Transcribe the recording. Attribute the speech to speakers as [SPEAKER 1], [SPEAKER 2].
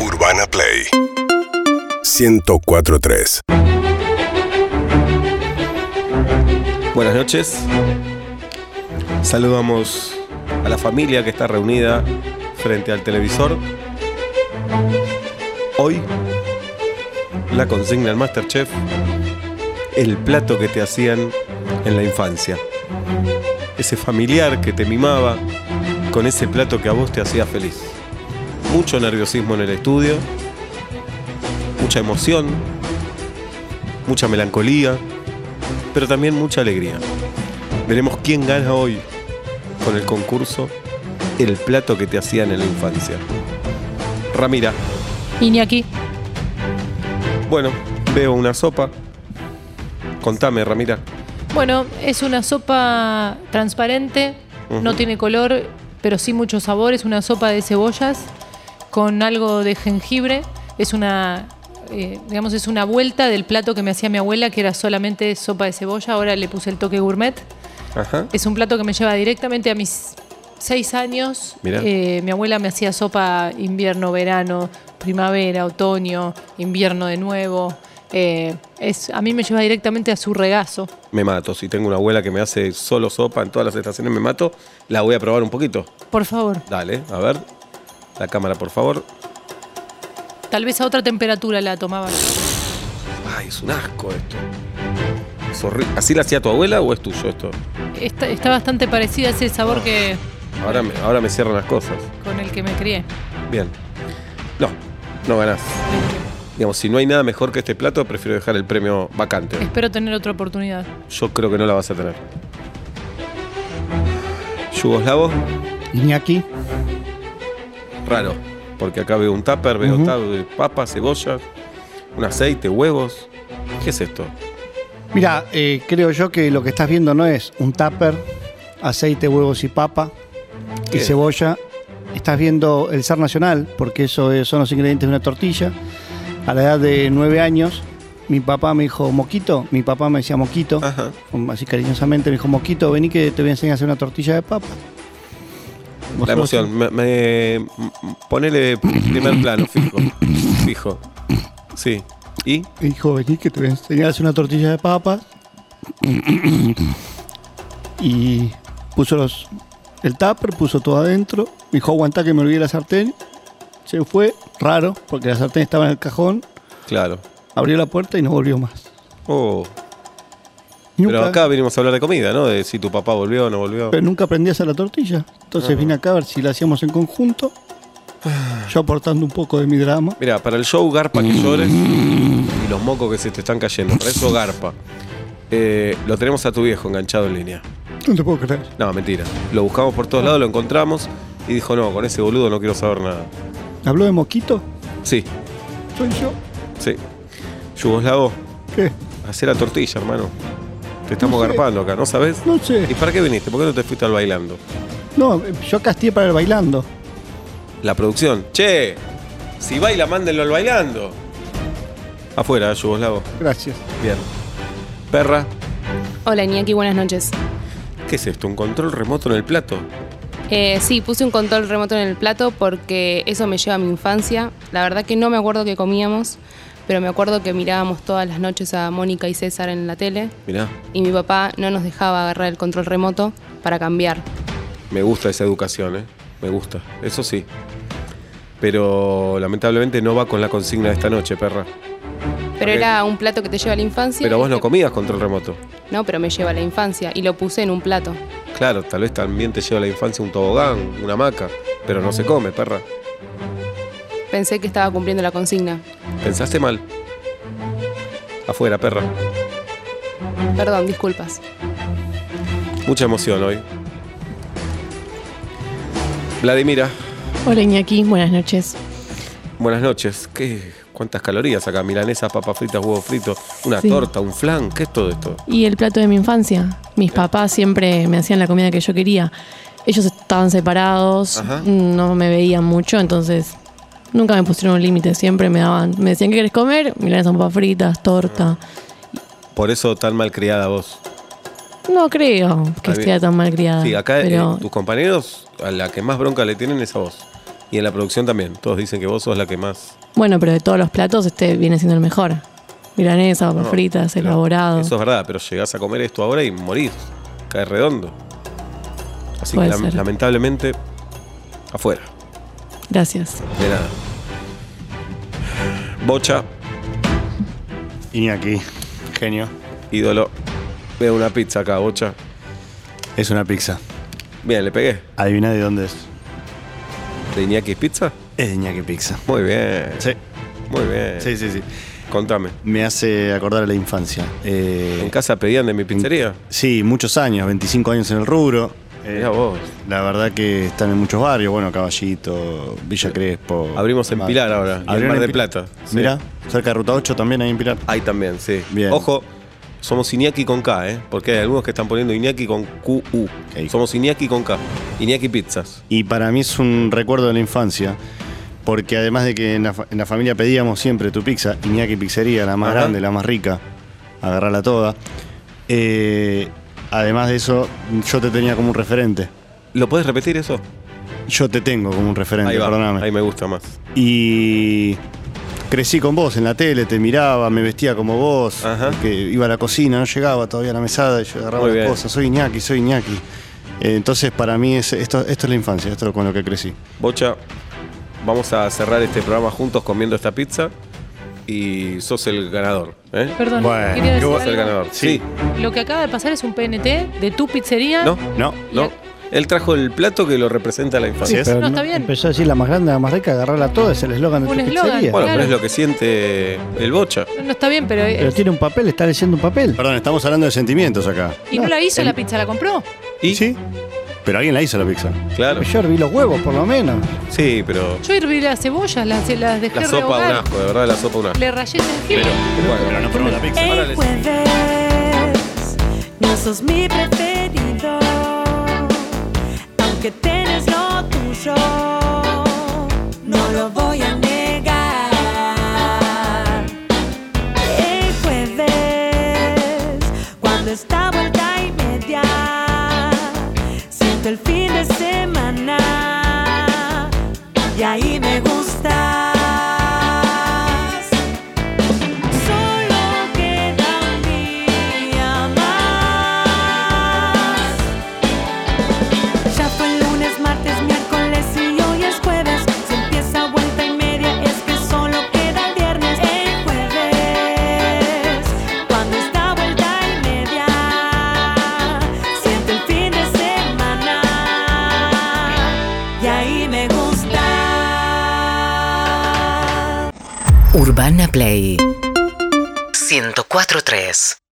[SPEAKER 1] Urbana Play 1043.
[SPEAKER 2] Buenas noches. Saludamos a la familia que está reunida frente al televisor. Hoy, la consigna del Masterchef, el plato que te hacían en la infancia. Ese familiar que te mimaba con ese plato que a vos te hacía feliz. Mucho nerviosismo en el estudio, mucha emoción, mucha melancolía, pero también mucha alegría. Veremos quién gana hoy con el concurso El plato que te hacían en la infancia. Ramira,
[SPEAKER 3] Iñaki,
[SPEAKER 2] bueno, veo una sopa. Contame, Ramira.
[SPEAKER 3] bueno, es una sopa transparente, no
[SPEAKER 2] Ujú.
[SPEAKER 3] tiene color, pero sí mucho sabor, es una sopa de cebollas con algo de jengibre, es una, eh, digamos, es una vuelta del plato que me hacía mi abuela, que era solamente sopa de cebolla, ahora le puse el toque gourmet.
[SPEAKER 2] Ajá.
[SPEAKER 3] Es un plato que me lleva directamente a mis seis años.
[SPEAKER 2] Mirá.
[SPEAKER 3] Eh, mi abuela me hacía sopa invierno, verano, primavera, otoño, invierno de nuevo. Eh, es, a mí me lleva directamente a su regazo.
[SPEAKER 2] Me mato. Si tengo una abuela que me hace solo sopa en todas las estaciones, me mato. La voy a probar un poquito.
[SPEAKER 3] Por favor,
[SPEAKER 2] Dale, a ver. La cámara, por favor.
[SPEAKER 3] tal vez a otra temperatura la tomaba.
[SPEAKER 2] Ay, es un asco esto. Es horri- ¿Así la hacía tu abuela o es tuyo esto?
[SPEAKER 3] Está, está bastante parecida a ese sabor que,
[SPEAKER 2] Ahora me, ahora me cierran las cosas.
[SPEAKER 3] con el que me crié.
[SPEAKER 2] Bien. No, no ganás. Digamos, si no hay nada mejor que este plato, prefiero dejar el premio vacante.
[SPEAKER 3] Espero tener otra oportunidad.
[SPEAKER 2] Yo creo que no la vas a tener. Yugoslavo,
[SPEAKER 4] Iñaki,
[SPEAKER 2] raro. Porque acá veo un tupper, veo
[SPEAKER 4] Ujú.
[SPEAKER 2] tab- papas, cebolla, un aceite, huevos. ¿Qué es esto?
[SPEAKER 4] mira, eh, creo yo que lo que estás viendo no es un tupper, aceite, huevos y papa y
[SPEAKER 2] ¿Qué?
[SPEAKER 4] cebolla. Estás viendo el zar nacional, porque eso es- son los ingredientes de una tortilla. A la edad de nueve años, mi papá me dijo moquito, mi papá me decía moquito,
[SPEAKER 2] Ajá.
[SPEAKER 4] así cariñosamente me dijo moquito, vení que te voy a enseñar a hacer una tortilla de papa.
[SPEAKER 2] La emoción. Me, me- m- ponele primer plano, fijo. Fijo. Sí. ¿Y?
[SPEAKER 4] Me dijo, vení que te voy a enseñar a hacer una tortilla de papas. y puso los, el tupper, puso todo adentro. Me dijo, aguantá que me olvidé la sartén. Se fue, raro, porque la sartén estaba en el cajón.
[SPEAKER 2] Claro.
[SPEAKER 4] Abrió la puerta y no volvió más.
[SPEAKER 2] Oh.
[SPEAKER 4] Nunca,
[SPEAKER 2] Pero acá venimos a hablar de comida, ¿no? De si tu papá volvió o no volvió.
[SPEAKER 4] pero nunca aprendí a hacer la tortilla. Entonces vine acá a ver si la hacíamos en conjunto. Yo aportando un poco de mi drama.
[SPEAKER 2] Mira, para el show garpa que llores y los mocos que se te están cayendo. Para eso garpa. Eh, lo tenemos a tu viejo enganchado en línea.
[SPEAKER 4] No te puedo creer.
[SPEAKER 2] No, mentira. Lo buscamos por todos lados, lo encontramos y dijo, no, con ese boludo no quiero saber nada.
[SPEAKER 4] ¿Habló de moquito?
[SPEAKER 2] Sí,
[SPEAKER 4] Soy yo.
[SPEAKER 2] sí. Yugoslavo,
[SPEAKER 4] ¿Qué?
[SPEAKER 2] hacé la tortilla, hermano. Te estamos
[SPEAKER 4] No sé.
[SPEAKER 2] garpando acá, ¿no sabes?
[SPEAKER 4] No sé.
[SPEAKER 2] ¿Y para qué viniste? ¿Por qué no te fuiste al bailando?
[SPEAKER 4] No, yo castié para el bailando.
[SPEAKER 2] La producción. Che, si baila, mándenlo al bailando. Afuera, Yugoslavo.
[SPEAKER 4] Gracias.
[SPEAKER 2] Bien. Perra,
[SPEAKER 5] Hola Iñaki, buenas noches.
[SPEAKER 2] ¿qué es esto? ¿Un control remoto en el plato?
[SPEAKER 5] Eh, sí, puse un control remoto en el plato porque eso me lleva a mi infancia. La verdad que no me acuerdo que comíamos, pero me acuerdo que mirábamos todas las noches a Mónica y César en la tele
[SPEAKER 2] Mirá,
[SPEAKER 5] y mi papá no nos dejaba agarrar el control remoto para cambiar.
[SPEAKER 2] me gusta esa educación, ¿eh? Me gusta, eso sí. Pero lamentablemente no va con la consigna de esta noche, perra.
[SPEAKER 5] Pero
[SPEAKER 2] Ok.
[SPEAKER 5] era un plato que te lleva a la infancia.
[SPEAKER 2] Pero
[SPEAKER 5] y
[SPEAKER 2] vos no
[SPEAKER 5] que-
[SPEAKER 2] comías control remoto.
[SPEAKER 5] No, pero me lleva a la infancia y lo puse en un plato.
[SPEAKER 2] Claro, tal vez también te lleva a la infancia un tobogán, una hamaca, pero no se come, perra.
[SPEAKER 5] Pensé que estaba cumpliendo la consigna.
[SPEAKER 2] Pensaste mal. Afuera, perra.
[SPEAKER 5] Perdón, disculpas.
[SPEAKER 2] Mucha emoción hoy. Vladimira,
[SPEAKER 6] Hola Iñaki, buenas noches.
[SPEAKER 2] buenas noches. ¿Qué? ¿Cuántas calorías acá? Milanesas, papas fritas, huevos fritos, una
[SPEAKER 6] Sí.
[SPEAKER 2] torta, un flan. ¿Qué es todo esto?
[SPEAKER 6] Y el plato de mi infancia.
[SPEAKER 2] Eh.
[SPEAKER 6] Mis papás siempre me hacían la comida que yo quería. Ellos estaban separados,
[SPEAKER 2] Ajá.
[SPEAKER 6] no me veían mucho, entonces nunca me pusieron un límite. Siempre me daban, me decían, ¿qué querés comer? Milanesas, papas fritas, torta.
[SPEAKER 2] Por eso tan malcriada vos.
[SPEAKER 6] No creo que
[SPEAKER 2] Ah. Está bien.
[SPEAKER 6] esté tan mal criada.
[SPEAKER 2] Sí, acá eh,
[SPEAKER 6] Ah, pero
[SPEAKER 2] tus compañeros a la que más bronca le tienen es a vos. Y en la producción también. Todos dicen que vos sos la que más.
[SPEAKER 6] Bueno, pero de todos los platos este viene siendo el mejor. Milanesa, papas
[SPEAKER 2] No,
[SPEAKER 6] fritas,
[SPEAKER 2] claro,
[SPEAKER 6] elaborado.
[SPEAKER 2] Eso es verdad, pero llegás a comer esto ahora y morís. Caes redondo. Así
[SPEAKER 6] Puede
[SPEAKER 2] que lam-
[SPEAKER 6] ser.
[SPEAKER 2] lamentablemente, afuera.
[SPEAKER 6] Gracias.
[SPEAKER 2] De nada. Bocha,
[SPEAKER 1] Iñaki, genio.
[SPEAKER 2] ídolo. Veo una pizza acá, Bocha.
[SPEAKER 1] Es una pizza.
[SPEAKER 2] Bien, le pegué.
[SPEAKER 1] Adivina de dónde es.
[SPEAKER 2] ¿De Iñaki's Pizza?
[SPEAKER 1] Es de Iñaki Pizza.
[SPEAKER 2] Muy bien.
[SPEAKER 1] Sí,
[SPEAKER 2] Muy bien.
[SPEAKER 1] sí, sí, sí.
[SPEAKER 2] Contame.
[SPEAKER 1] Me hace acordar a la infancia. Eh,
[SPEAKER 2] ¿En casa pedían de mi pizzería?
[SPEAKER 1] Sí, muchos años, 25 años en el rubro. Mm. Eh,
[SPEAKER 2] Mirá vos.
[SPEAKER 1] La verdad que están en muchos barrios, bueno, Caballito, Villa Crespo.
[SPEAKER 2] Abrimos en
[SPEAKER 1] Mar-
[SPEAKER 2] Pilar ahora, y en
[SPEAKER 1] Abrieron
[SPEAKER 2] Mar
[SPEAKER 1] en
[SPEAKER 2] de
[SPEAKER 1] Pi-
[SPEAKER 2] Plata. Sí.
[SPEAKER 1] Mirá, cerca de Ruta 8 también hay en Pilar.
[SPEAKER 2] Ahí también, sí.
[SPEAKER 1] Bien.
[SPEAKER 2] Ojo, somos Iñaki con K, ¿eh? Porque hay algunos que están poniendo Iñaki con QU.
[SPEAKER 1] Ok.
[SPEAKER 2] Somos Iñaki con K. Iñaki Pizzas.
[SPEAKER 1] Y para mí es un recuerdo de la infancia, porque además de que en la, fa- en la familia pedíamos siempre tu pizza, Iñaki Pizzería, la más
[SPEAKER 2] Ajá.
[SPEAKER 1] grande, la más rica, agarrala toda. eh, además de eso, yo te tenía como un referente.
[SPEAKER 2] ¿Lo puedes repetir eso?
[SPEAKER 1] Yo te tengo como un referente,
[SPEAKER 2] Ahí va.
[SPEAKER 1] perdóname.
[SPEAKER 2] Ahí me gusta más.
[SPEAKER 1] Y crecí con vos en la tele, te miraba, me vestía como vos,
[SPEAKER 2] Ajá.
[SPEAKER 1] que iba a la cocina, no llegaba todavía a la mesada, y yo agarraba
[SPEAKER 2] Muy
[SPEAKER 1] las
[SPEAKER 2] bien.
[SPEAKER 1] cosas, soy Iñaki, soy Iñaki. Eh, Entonces para mí es, esto, esto es la infancia, esto es con lo que crecí.
[SPEAKER 2] Bocha, vamos a cerrar este programa juntos comiendo esta pizza. Y sos el ganador, ¿eh?
[SPEAKER 3] Perdón,
[SPEAKER 1] Bueno,
[SPEAKER 3] quería decir
[SPEAKER 1] ¿qué
[SPEAKER 2] Sos el
[SPEAKER 3] algo.
[SPEAKER 2] ganador.
[SPEAKER 1] Sí.
[SPEAKER 3] Lo que acaba de pasar es un PNT de tu pizzería.
[SPEAKER 2] ¿No?
[SPEAKER 1] No,
[SPEAKER 2] ¿No? Él trajo el plato que lo representa a la
[SPEAKER 1] así
[SPEAKER 2] infancia.
[SPEAKER 1] es.
[SPEAKER 3] No, está bien.
[SPEAKER 4] Empezó a decir la más grande, la más rica, agarrarla toda, es el eslogan de
[SPEAKER 3] Un
[SPEAKER 4] tu
[SPEAKER 3] eslogan,
[SPEAKER 4] pizzería.
[SPEAKER 2] Bueno, pero
[SPEAKER 3] Claro.
[SPEAKER 2] es lo que siente el Bocha.
[SPEAKER 3] No, no está bien, pero. eh,
[SPEAKER 4] Pero tiene un papel, está leyendo un papel.
[SPEAKER 1] Perdón, estamos hablando de sentimientos acá.
[SPEAKER 3] y no,
[SPEAKER 4] no,
[SPEAKER 3] la hizo la pizza, la compró.
[SPEAKER 2] ¿Y?
[SPEAKER 1] Sí, pero alguien la hizo la pizza.
[SPEAKER 2] Claro.
[SPEAKER 4] Yo herví los huevos, por lo menos.
[SPEAKER 2] Sí, pero
[SPEAKER 3] Yo herví las cebollas, las, las dejé
[SPEAKER 2] la sopa un
[SPEAKER 3] rehogar,
[SPEAKER 2] asco, de verdad la sopa un asco.
[SPEAKER 3] Le rayé el jengibre.
[SPEAKER 2] Bueno,
[SPEAKER 1] Pero no probó la pizza.
[SPEAKER 2] Ahora les-
[SPEAKER 7] El jueves no sos mi preferido, aunque tenés lo tuyo, no lo voy a negar. El jueves, cuando está vuelta y media, siento el fin de semana y ahí me gustas. Solo queda un día más. Ya fue lunes, martes, miércoles y hoy es jueves. Se empieza vuelta y media, es que solo queda el viernes. El jueves, cuando está vuelta y media, siento el fin de semana y ahí me gusta.
[SPEAKER 8] Urbana Play 104.3